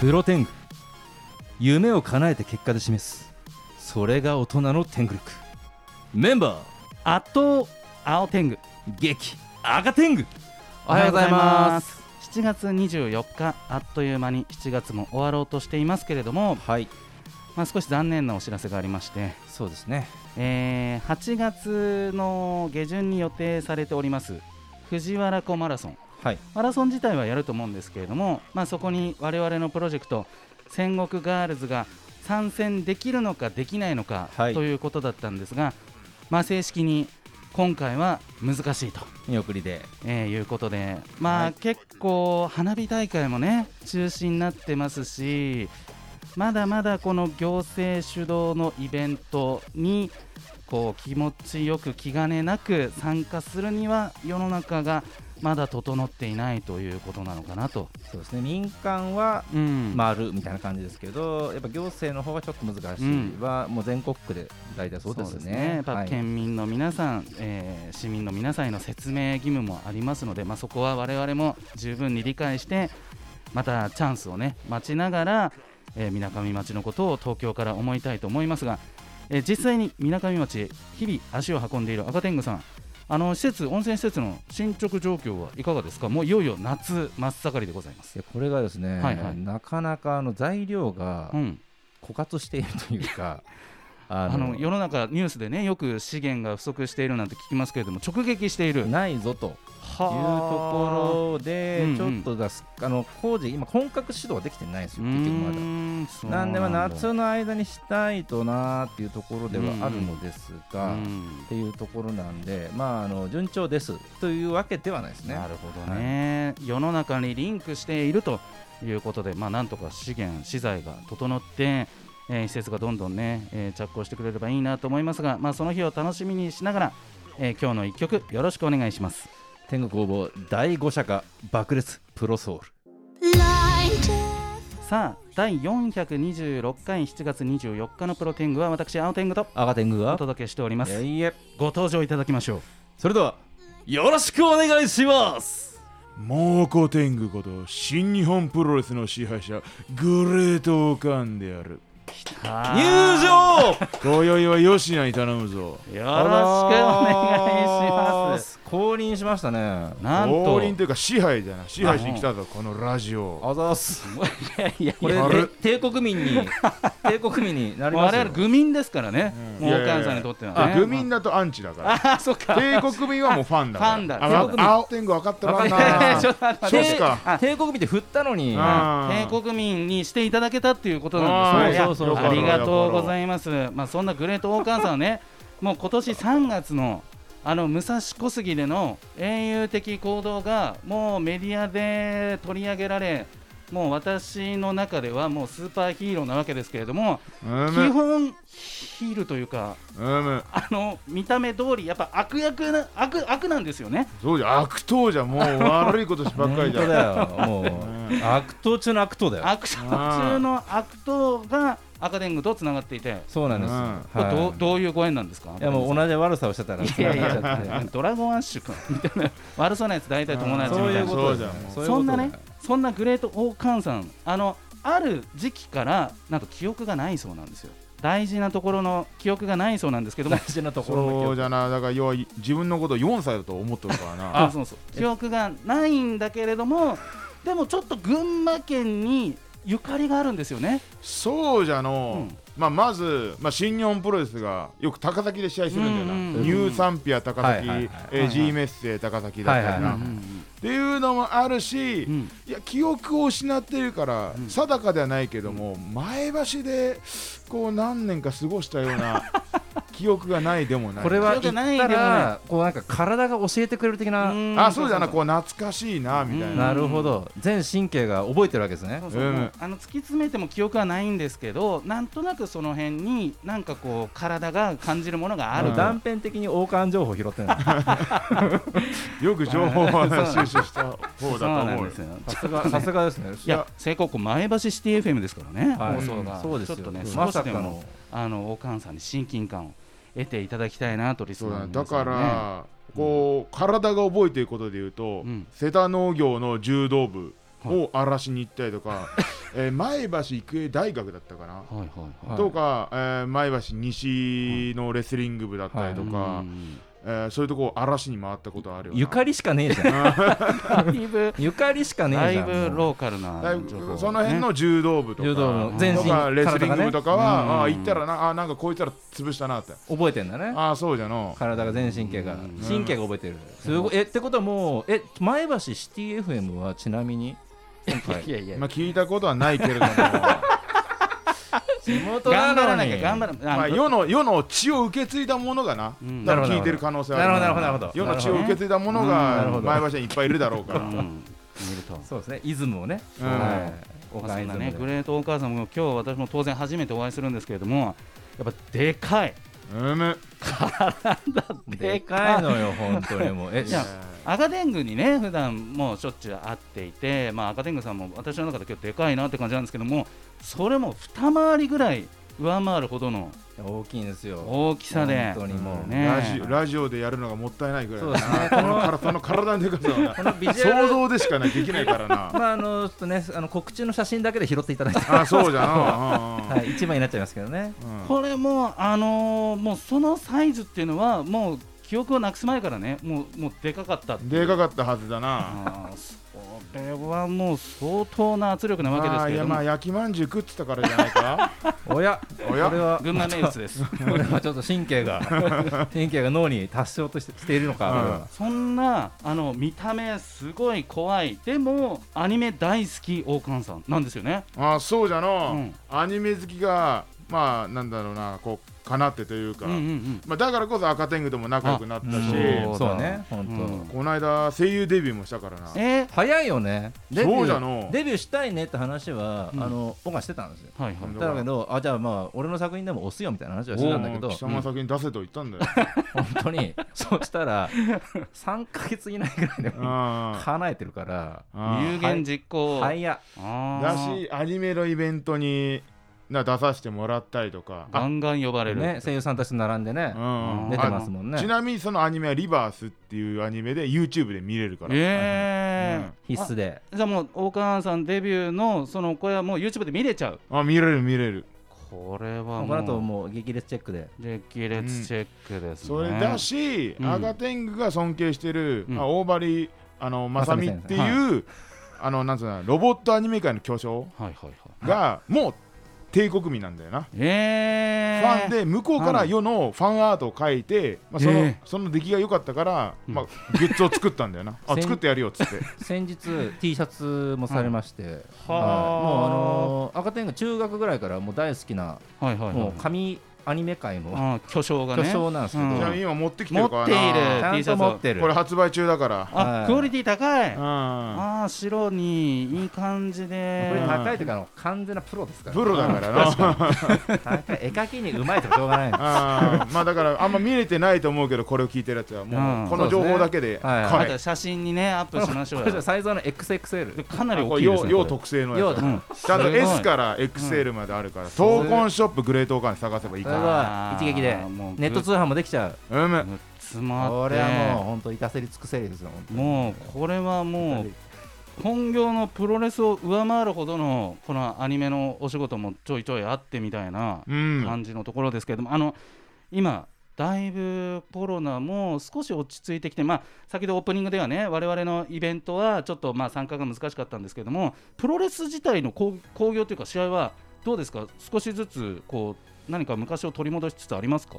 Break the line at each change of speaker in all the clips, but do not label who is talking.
プロテング夢を叶えて結果で示すそれが大人の天狗力メンバー
圧倒青天狗
激赤天狗
おはようございます7月24日あっという間に7月も終わろうとしていますけれども、
はい
まあ、少し残念なお知らせがありまして、
そうですね
えー8月の下旬に予定されております藤原湖マラソン
はい
マラソン自体はやると思うんですけれども、まあ、そこに我々のプロジェクト戦国ガールズが参戦できるのかできないのか、
はい
ということだったんですが、まあ、正式に今回は難しいと、
見送りで
えーいうことで、まあ
はい
結構花火大会もね中止になってますしまだまだこの行政主導のイベントにこう気持ちよく気兼ねなく参加するには世の中がまだ整っていないということなのかなと。
そうですね民間は
うん
回るみたいな感じですけどやっぱ行政の方がちょっと難しいは、もう全国区で大体そうですね
やっ
は
ぱ
い
県民の皆さん、えー市民の皆さんへの説明義務もありますので、まあ、そこは我々も十分に理解して、またチャンスをね、待ちながら、えー、みなかみ町のことを東京から思いたいと思いますが、えー実際にみなかみ町、日々足を運んでいる赤天狗さん、あの施設、温泉施設の進捗状況はいかがですか、もういよいよ夏真っ盛りでございます。
でこれがですね、
はいはい
なかなかあの材料が
うん、
枯渇しているという か、あ
あの世の中、ニュースでね、よく資源が不足しているなんて聞きますけれども、直撃している。
ないぞというところで、
うん
ち
うん
ょっとだすあの工事、今、本格始動はできてないんですよ、結局まだ。
な
なんで、まあ夏の間にしたいとなーっていうところではあるのですが、っていうところなんで、まあ、あの順調ですというわけではないですね。
なるほどね、世の中にリンクしているということで、まあ、なんとか資源、資材が整って、えー施設がどんどんね、えー着工してくれればいいなと思いますが、まあ、その日を楽しみにしながら、えー今日の一曲、よろしくお願いします。
天国工房第5社が爆裂プロソウル。
さあ、第426回7月24日のプロテングは、私、青天狗と
赤天狗
お
が
届けしておりま
い
す
え。いえ
ご登場いただきましょう。
それではよろしくお願いします
猛虎天狗こと新日本プロレスの支配者グレートオカンである
入場
今宵は吉野に頼むぞ
よろしくお願いします。
降臨しましたね
なんと
降臨というか支配だな支配しに来たぞこのラジオ
あざーす
いやいやい
こ
や
れ
軽っ
帝国民に帝国民になります
我
よ
々愚民ですからね、
うん
もう
い
お
やいや
母
い
さん
や
にとってはね
あ。愚民だとアンチだか
ああ、そっ
ら
か。
帝国民はもうファンだ
ファンだ
あ
帝
国民
青天狗分かってるわ
分かって
な
る
ちょっと待って
そうっすか
あ
帝国民って振ったのに
あー
帝国民にしていただけたっていうことなんですね。
あーそうそうそう
いやありがとうございます。まあそんなグレートオーカンさんはね、もう今年3月のあの武蔵小杉での英雄的行動がもうメディアで取り上げられ、もう私の中ではもうスーパーヒーローなわけですけれども、
う
基
む
本ヒールというか。
うむ
あの見た目通り、やっぱ悪役な悪悪なんですよね。
そうじゃ悪党じゃもう悪いことしばっか
本
り
当
だ
だよも う悪党中の悪党だよ
悪党中の悪党が赤天狗とつながっていて、
そうなんですよ
うん
これどう
はい
どういうご縁なんですか。
いやもう
う
同じ悪さをしてたら
いやいや、ドラゴンアッシュ君みたい な悪そうなやつ大体友達み
そう
た
い
いうな。
ことだよ
そう
ういうことだよ
そんなねそんなグレートオーカンさん、あのある時期からなんか記憶がないそうなんですよ。大事なところの記憶がないそうなんですけども
大、事なところの記
そう
憶
じゃなだから要は自分のことを4歳だと思ってるからな
あそうそう記憶がないんだけれどもでもちょっと群馬県にゆかりがあるんですよね。
そうじゃの、
うん
まあ、まず、まあ、新日本プロレスがよく高崎で試合するんだよな、
うんうんうん
ニューサンピア高崎、
はいはいはい
えー G メッセ高崎だったりな、
は
っ
いはいは
ていうのもあるし、
うん
いや記憶を失っているから、定かではないけども、前橋でこう何年か過ごしたよう な記憶がないでもない
これは
記
言
憶
っ
ない
た
でもな
らこうなんか体が教えてくれる的な
あそうじゃなこう懐かしいなみたいな、
なるほど全神経が覚えてるわけですね
そうそう
うん
もうあの突き詰めても記憶はないんですけどなんとなくその辺になんかこう体が感じるものがあ
あ
る、
の断片的に王冠情報拾ってんの
よく情 報を
そう
収集した方だ
そ
と
う
思う
なん
よ
ですよ
さすがさすがです ね
いや成功校前橋シティ FM ですからね、
はい
放送が
そうです
ちょ
よ
っとね
ま
少し
さか
でも
の
あのお母さんに親近感を得ていただきたいなとリス
そ
ナ
う
ー
だ,、だ
の皆さん
か
にね
ら、こう体が覚えていることでいうと、
うん
瀬田農業の柔道部を荒らしに行ったりと か、えー前橋育英大学だったかな、
いはいはい
はい
とか、えー前橋西のレスリング部だったりとか、
うん
えーそういうとこを荒らしに回ったことあるよな
ゆかりしかねえじゃん
だいぶ
ゆかりしかね
だ
え
い
じゃん
ぶ
もう
ローカルな
だいぶ
情報
その辺
ね
の柔道部とか
柔道の全
と
身
かレスリン
体が
グ
ね
部とかは、
うん
ああ行ったらなあなんかこいつら潰したなって
覚えてんだね
ああそうじゃの
体が全神経が
うん
神経が覚えてるすごいえってことはもうえ前橋シティ FM はちなみに今回
いやいや
まあ聞いたことはないけれども
地元
頑張らな
の
きゃ
に
頑張らなきゃ
まあ世の世の血を受け継いだものがな、
うん
多分聞いてる可能性はある
なるほどなるほどなるほど
世の血を
なる
受け
ほ
継いだもの
なる
が
ほど
前橋にいっぱいいるだろうか
う
ら。
ん見ると
どそうですねイズムをね
うん
はいお
まあ
か
そ
え
ん
ず
な
も
ねグ
で
レートお母さんも今日私も当然初めてお会いするんですけれどもやっぱでかいう
む
でかいのよ本当にもうえ
いや赤天狗にね普段もうしょっちゅう会っていて、まあ、赤天狗さんも私の中で今日でかいなって感じなんですけどもそれも二回りぐらい上回るほどの
大きいんですよ
大きさで
本当にもう
ね
ラジラジオでやるのがもったいないぐらい
そうですね
だなこのからその体のでかさは
こ
な
のビジュア
想
ル
像でしかねできないからな
まああのちょっとねあの告知の写真だけで拾っていただいて
ああそうじゃのうんうんうん
はい一枚になっちゃいますけどね
うん
これもうあのーもうそのサイズっていうのはもう記憶をなくす前からねもうもうでかかったっていう
でかかったはずだな。
あーそれはもう相当な圧力なわけです
あー
け
い
れ
や
ども、
まあ焼きまんじゅう食ってたからじゃないか。
おや
お
これ
や
は
群馬名 物で す
これはちょっと神経が神経が脳に達しようとしてしているのか、
そんなあの見た目すごい怖いでもアニメ大好き王冠さんなんですよね
あーそうじゃの、
うん
アニメ好きがまあなんだろうなこうかなってというか、
うんうん
まあだからこそ赤天狗とも仲良くなったし、
あ
そ
ん
う
そうだ
ね本当、
うん
この間声優デビューもしたからな
うん。え
早いよねデビュー
そうじゃのう
デビューしたいねって話は、
うん
あの僕はしてたんですよ
ー、はいはい
うん
だけどあじゃあまあ俺の作品でも押すよみたいな話はしてたんだけど
おー貴様先に出せと言ったんだよ。
本当にそうしたら3ヶ月以内ぐらいでも
あ
叶えてるから
ーあー
有言実行、
早っ
あ
だ
ー
しアニメのイベントにな出させてもらったりとか。
ガンガン呼ばれる、
ね声優さんたちと並んでね
う、んうん
出てますもんね
ちなみにそのアニメは「リバース」っていうアニメで YouTube で見れるから、
えー
必須で
あじゃあもう王冠さんデビューのその声はもう YouTube で見れちゃう
あ見れる見れる
これは
この後
も
もう激烈チェックで
う激烈チェックですね、
それだし、
うん
アガテングが尊敬してる、
うん
あ大張あの正美っていう、
正
あのなんつうのロボットアニメ界の巨匠
はいはいはい
がもう帝国民なんだよな、
え
フ
ー、
ァンで向こうから世のファンアートを書いて、まあ、その
ええ
その出来が良かったから、
うん
まあ、グッズを作ったんだ よなあ
先
作ってやるよっつって
先日 T シャツもされまして、はい
はあ
もうあのー赤点が中学ぐらいからもう大好きな、
はいはいはい
もう紙アニメ界の
あー巨匠がね
巨匠なんですけど、
う
ち
ん
なみに今持ってきてるからな
持っている
ちゃんと持ってる
これ発売中だから
あ、
はい
クオリティ高い、あ
うん
あー白にいい感じ
これ
で
は
高いというかあの完全なプロですから
プロだからな
高い絵描きにうまいとかしょうがないの
あーまあだからあんま見れてないと思うけどこれを聞いてるやつは
う
もうんこの情報だけで
はい
ま
買え
た写真にねアップしましょ
こ
う
れじゃ
よ
サイズはあの XXL
かなり
あこ
大
れ
きいです
要
ね
要特製のや
要
つ
特
うん
ちゃんと
すごい
S から XL まであるから闘魂ショップグレートオーカンで探せばいい
それ
か
は一撃で
あーもう
ネット通販もできちゃう
らうむ
ぐっつま
こ
って
れはもう本当いたせり尽くせりですよ本当に
もうこれはもう本業のプロレスを上回るほどのこのアニメのお仕事もちょいちょいあってみたいな
うん
感じのところですけれども、あの今だいぶコロナも少し落ち着いてきて、まあ、先ほどオープニングではね我々のイベントはちょっとまあ参加が難しかったんですけれどもプロレス自体の興興行というか試合はどうですか少しずつこう何か昔を取り戻しつつありますか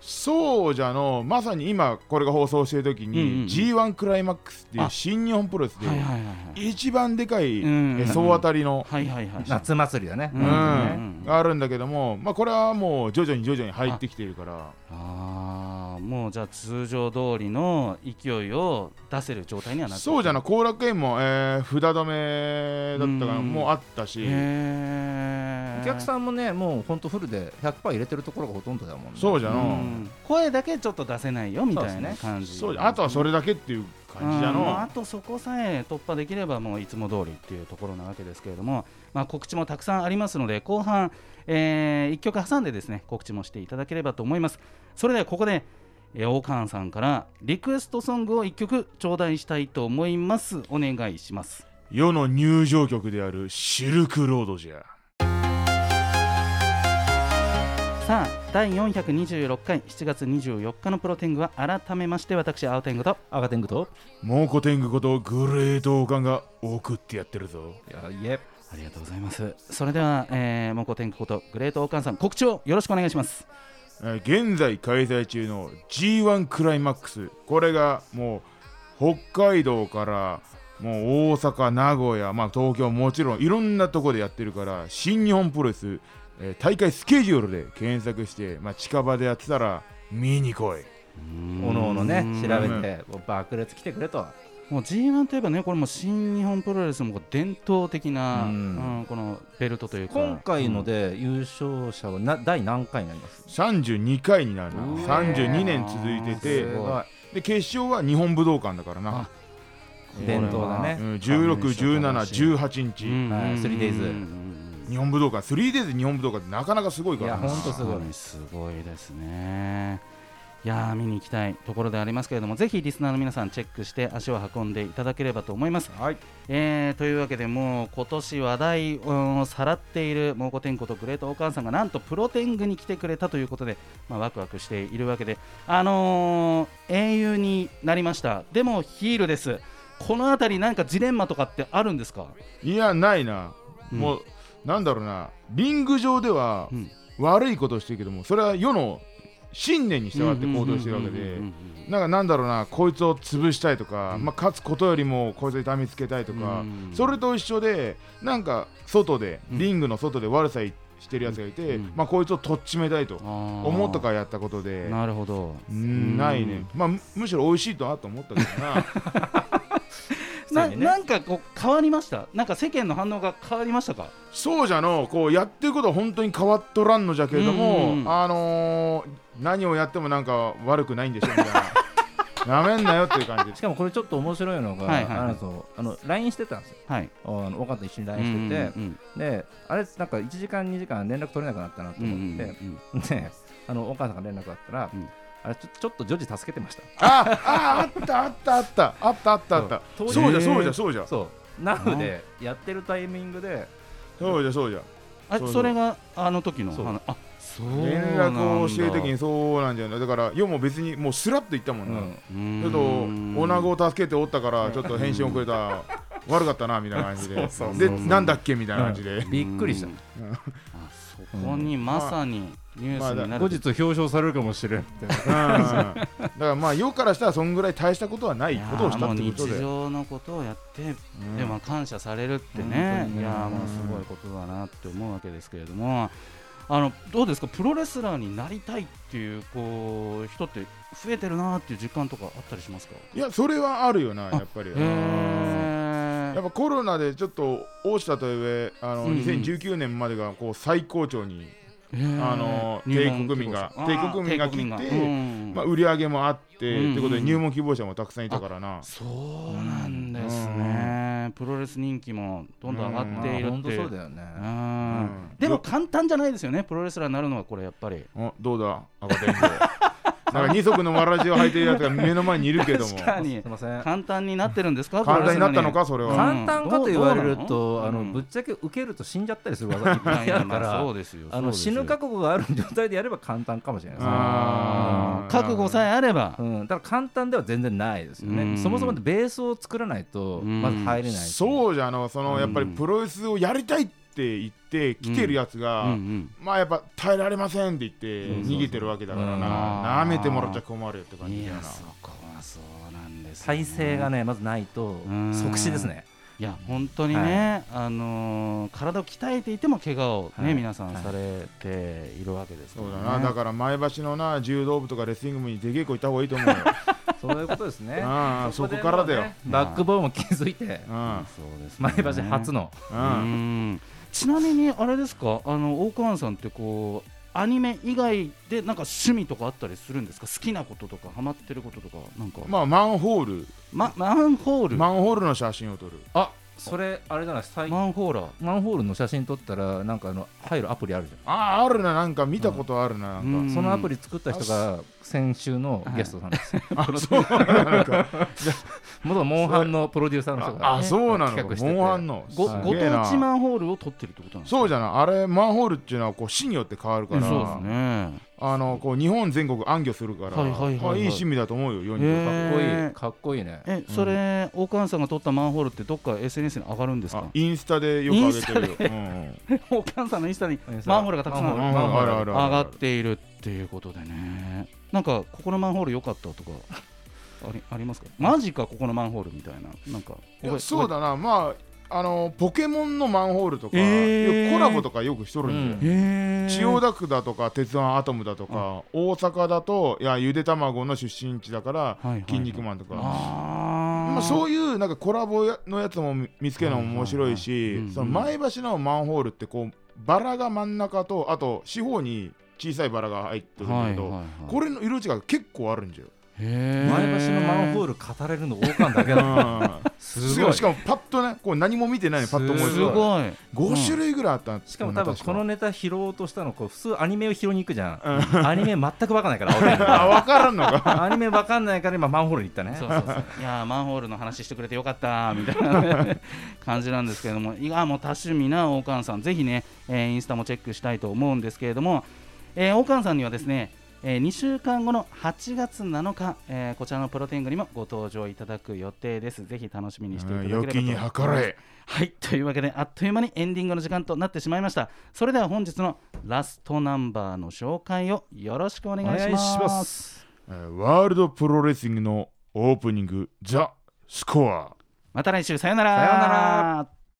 そうじゃのまさに今これが放送してる時
うんうんう
に
ん
G1 クライマックスっていう
あ
新日本プロレスで
はいはいはいはい
一番でかい
うん
え総当たりの
はいはいはい
夏祭りだね、
うん
うん
うん
があるんだけどもまあこれはもう徐々に徐々に入ってきているから
あーもうじゃあ通常通りの勢いを出せる状態にはなって
そうじゃ
な
な後楽園も、えー札止めだったから
うん
もうあったし、
へー
お客さんもねもう本当フルで100%入れてるところがほとんどだもんね
そうじゃの、
うん声だけちょっと出せないよみたいな感じ、
そうじゃあとはそれだけっていう感じじゃ
うんまあ
の
あとそこさえ突破できればもういつも通りっていうところなわけですけれども、まあ、告知もたくさんありますので後半、え1曲挟んでですね告知もしていただければと思いますそれではここで、えー、大川さんからリクエストソングを1曲頂戴したいと思いますお願いします
世の入場曲であるシルクロードじゃ
さあ第426回7月24日のプロテングは改めまして私青天狗と
赤天狗と
猛虎天狗ことグレート王冠が送ってやってるぞ
いやいえ
ありがとうございますそれでは、えー、モコ天狗ことグレート王冠さん告知をよろしくお願いします
えー現在開催中の G1 クライマックスこれがもう北海道からもう大阪名古屋、まあ、東京もちろんいろんなとこでやってるから新日本プロレス、えー大会スケジュールで検索して、まあ、近場でやってたら見に来い
おのおのね調
べ
べてもう爆裂来てくれと
もう G1 といえばねこれもう新日本プロレスのもう伝統的な、う
うんん
このベルトというか
今回ので優勝者はな第何回になります
32回になるな
うわー
32年続いてて
すごい
で決勝は日本武道館だから
あ
な、
うん
伝統だ
う
ね
ん、161718日、
はい 3days
日本武道館 3days 日本武道館ってなかなかすごいから
いやほんと
す
すごい
ごいすごいですねいやー見に行きたいところでありますけれどもぜひリスナーの皆さんチェックして足を運んでいただければと思います、
はい
えーというわけでもう今年話題をさらっている蒙古天狗とグレートお母さんがなんとプロ天狗に来てくれたということで、まあ、ワクワクしているわけであのー英雄になりましたでもヒールですこの辺りなんかジレンマとかってあるんですか
いやないな、
うん
もうなんだろうなリング上では
うん
悪いことをしてるけどもそれは世の信念に従って行動してるわけで
うんうんうん
なんかなんだろうなこいつを潰したいとか、
うん
まあ、勝つことよりもこいつを痛みつけたいと
うんうん
か、
うん
それと一緒でなんか外で
うん
リングの外で悪さしてるやつがいて、
うん
まあ、こいつをとっちめたいと思
思
ったからやったことで。
なるほど
うんないね、まあ、むむしろ美味しいとなと思ったけどな
な
普通にね
なんかこう変わりましたなんか世間の反応が変わりましたか
そうじゃのこうやってることは本当に変わっとらんのじゃけれども、
うんうん
あのー何をやってもなんか悪くないんでしょみたいな なめんなよっていう感じ
しかもこれちょっと面白いのが、
はいはいはい
あのそうあの LINE してたんですよ
はい
あの岡と一緒に LINE してて、
うん
であれなんか1時間2時間連絡取れなくなったなと
うんうん
思って、
うん
であのお母さんが連絡があったら、
うん
あれちょちょっと女児助けてました
あああったあったあったあったあったあった
そう
そうじゃ
へー
そうじゃそうじゃ
そうナフでやってるタイミングで
そうじゃそうじゃ
あ
そうそう
それがあの時の
そう
話あそう
連絡をしてる時に
ち
そうなんじゃないだから世も別にもうスラッと言ったもんな、
うん
ちょっと女子を助けておったからちょっと返信遅れた悪かったなみたいな感じで
そうそう
そう
でなんだっけみたいな感じで、
びっくりした
あそこにまさにニュースになる、
後日表彰されるかもしれんって
うんだからまあ世からしたらそんぐらい大したことはないい
や
ことをした
もう
ってこと
日
で、
常のことをやって
うん
でも感謝されるっ
本当
てね、
にね
いやーもうすごいことだなって思うわけですけれども、あのどうですか、プロレスラーになりたいっていうこう人って増えてるなーっていう実感とかあったりしますか
いやそれはあるよなやっぱり
へ
や
ー
っぱコロナでちょっと大下と上あの
うんうん
2019年までがこう最高潮に、
へー
あの
入門
帝国民が
希望者
帝国民が
あー帝
来て
うん
まあ、売り上げもあってと、
うんうん
いうことで入門希望者もたくさんいたからな
そうなんですね、プロレス人気もどんどん上がっている
まあ本
って
当
いう
そうだよね
うん
うん
でも簡単じゃないですよね、プロレスラーになるのはこれやっぱり。
おどうだ赤 天狗なんか二足のわらじを履いてるやつが目の前にいるけども
確かに
すいません
簡単になってるんですか
簡単になったのかそれ
うん
は
簡単かと言われる
ど
と、
うどう
あ
なの
の
うん
ぶっちゃけ受けると死んじゃったりする技いっ
ま
ぱ
あ
いある
ま
か
あそ
ら
うですよ
あの死ぬ
覚
覚悟がある状態でやれば簡単かもしれないですね。
あー
覚悟さえあれば
うん、ただ簡単では全然ないですよ
う
ね
ん。
そもそもベースを作らないと
うん
まず入れないし。
そうじゃのその、
うん
やっぱりプロレスをやりたいって言って来てるやつ
う
が、
んうん
まあやっぱ耐えられませんって言って
うん
逃げてるわけだから
うん
な、舐めてもらっちゃ困るよって感じ
い
だよ
や
な。
そこはそうなんですよね
体勢がねまずないと
うん
即死ですね。
いや本当にね、あのー体を鍛えていても怪我をね、
はい
皆さんされているわけですか
そ
ら
う
ね
だな、だから前橋のな柔道部とかレスリング部に出稽古行った方がいいと思う よ。
そういうことですね。
ああそこからだよ。
バックボーンを築いて
うん、
そうですね
前橋初の
う
う
ん、
んちなみにあれですかあの大川さんってこうアニメ以外でなんか趣味とかあったりするんですか好きなこととかハマってることとかなんか
まあマンホール、
まマンホール
マンホールの写真を撮る。
あ
それあれじゃない最
マンホーラー
マンホールの写真撮ったらなんかあの入るアプリあるじ
あああるななんか見たことあるな、
ゃん、
うん
そのアプリ作った人が先週のゲストさんです、
あそうなん か
元モンハンのプロデューサーの人が
あそうなの
企画
か
してて
モンハンの
ご
はい
ご
すげえな
当地マンホールを取ってるってことなんですか
そうじゃないあれマンホールっていうのはこう市によって変わるから、
そうですね
あのこう日本全国暗挙するから、
はいはいはいは
あ
い
い趣味だと思うよ世に
へ
か
え
っこいいかっこいいね
えそれ、大川さんが取ったマンホールってどっか SNS に上がるんです
あ
か
インスタでよく上げてるよ、うんうん
大川さんのインスタにマンホールがたくさん
マンホー
マ
ル
ンホール
マンホ
あ
ー
る
ル
上がっているっていうことでねなんかここのマンホール良かったとかありありますかマジかここのマンホールみたいななんか
いやそうだなまああのポケモンのマンホールとか、
えー
コラボとかよくしとるんだよ、
うん
へえ
千代田区だとか鉄腕アトムだとか、大阪だといやゆで卵の出身地だから
はいはいはい
「筋肉マン」とか、
あ
まあ、そう
いう
いうなんかコラボのやつも見見つけるのも面白いし、
はいはいはいうん
その前橋のマンホールってこうバラが真ん中とあと四方に小さいバラが入ってるんだけど、これの色違いが結構あるんじゃよ。
れ
前橋のマンホール
ル
語れるの王冠だけだ
うん
す
しか
ご
も
い
しかもパッとねこう何も見てないのにパッと思いつ
す
く
す
か
ごい
ら5種類ぐらいあったん
しかも多分この
ね
ネタ拾おうとしたのこう普通アニメを拾いに行くじゃんアニメ全くわかんないから青木 君
あ分からんのか
アニメわかんないから今マンホールに行ったね
そうそうそういやーマンホールの話してくれてよかったみたいなね感じなんですけれどもいやーもう多趣味な大川さんぜひね、えーインスタもチェックしたいと思うんですけれども、えー、大川さんにはですね、え2週間後の8月7日、えーこちらのプロテイングにもご登場いただく予定ですぜひ楽しみにしていただければ
良
と
き
思
に
います
計らえ
はいというわけであっという間にエンディングの時間となってしまいましたそれでは本日のラストナンバーの紹介をよろしくお願いします
お願いします
えーワールドプロレスリングのオープニング「ザ・スコア」
また来週さよなら
さよなら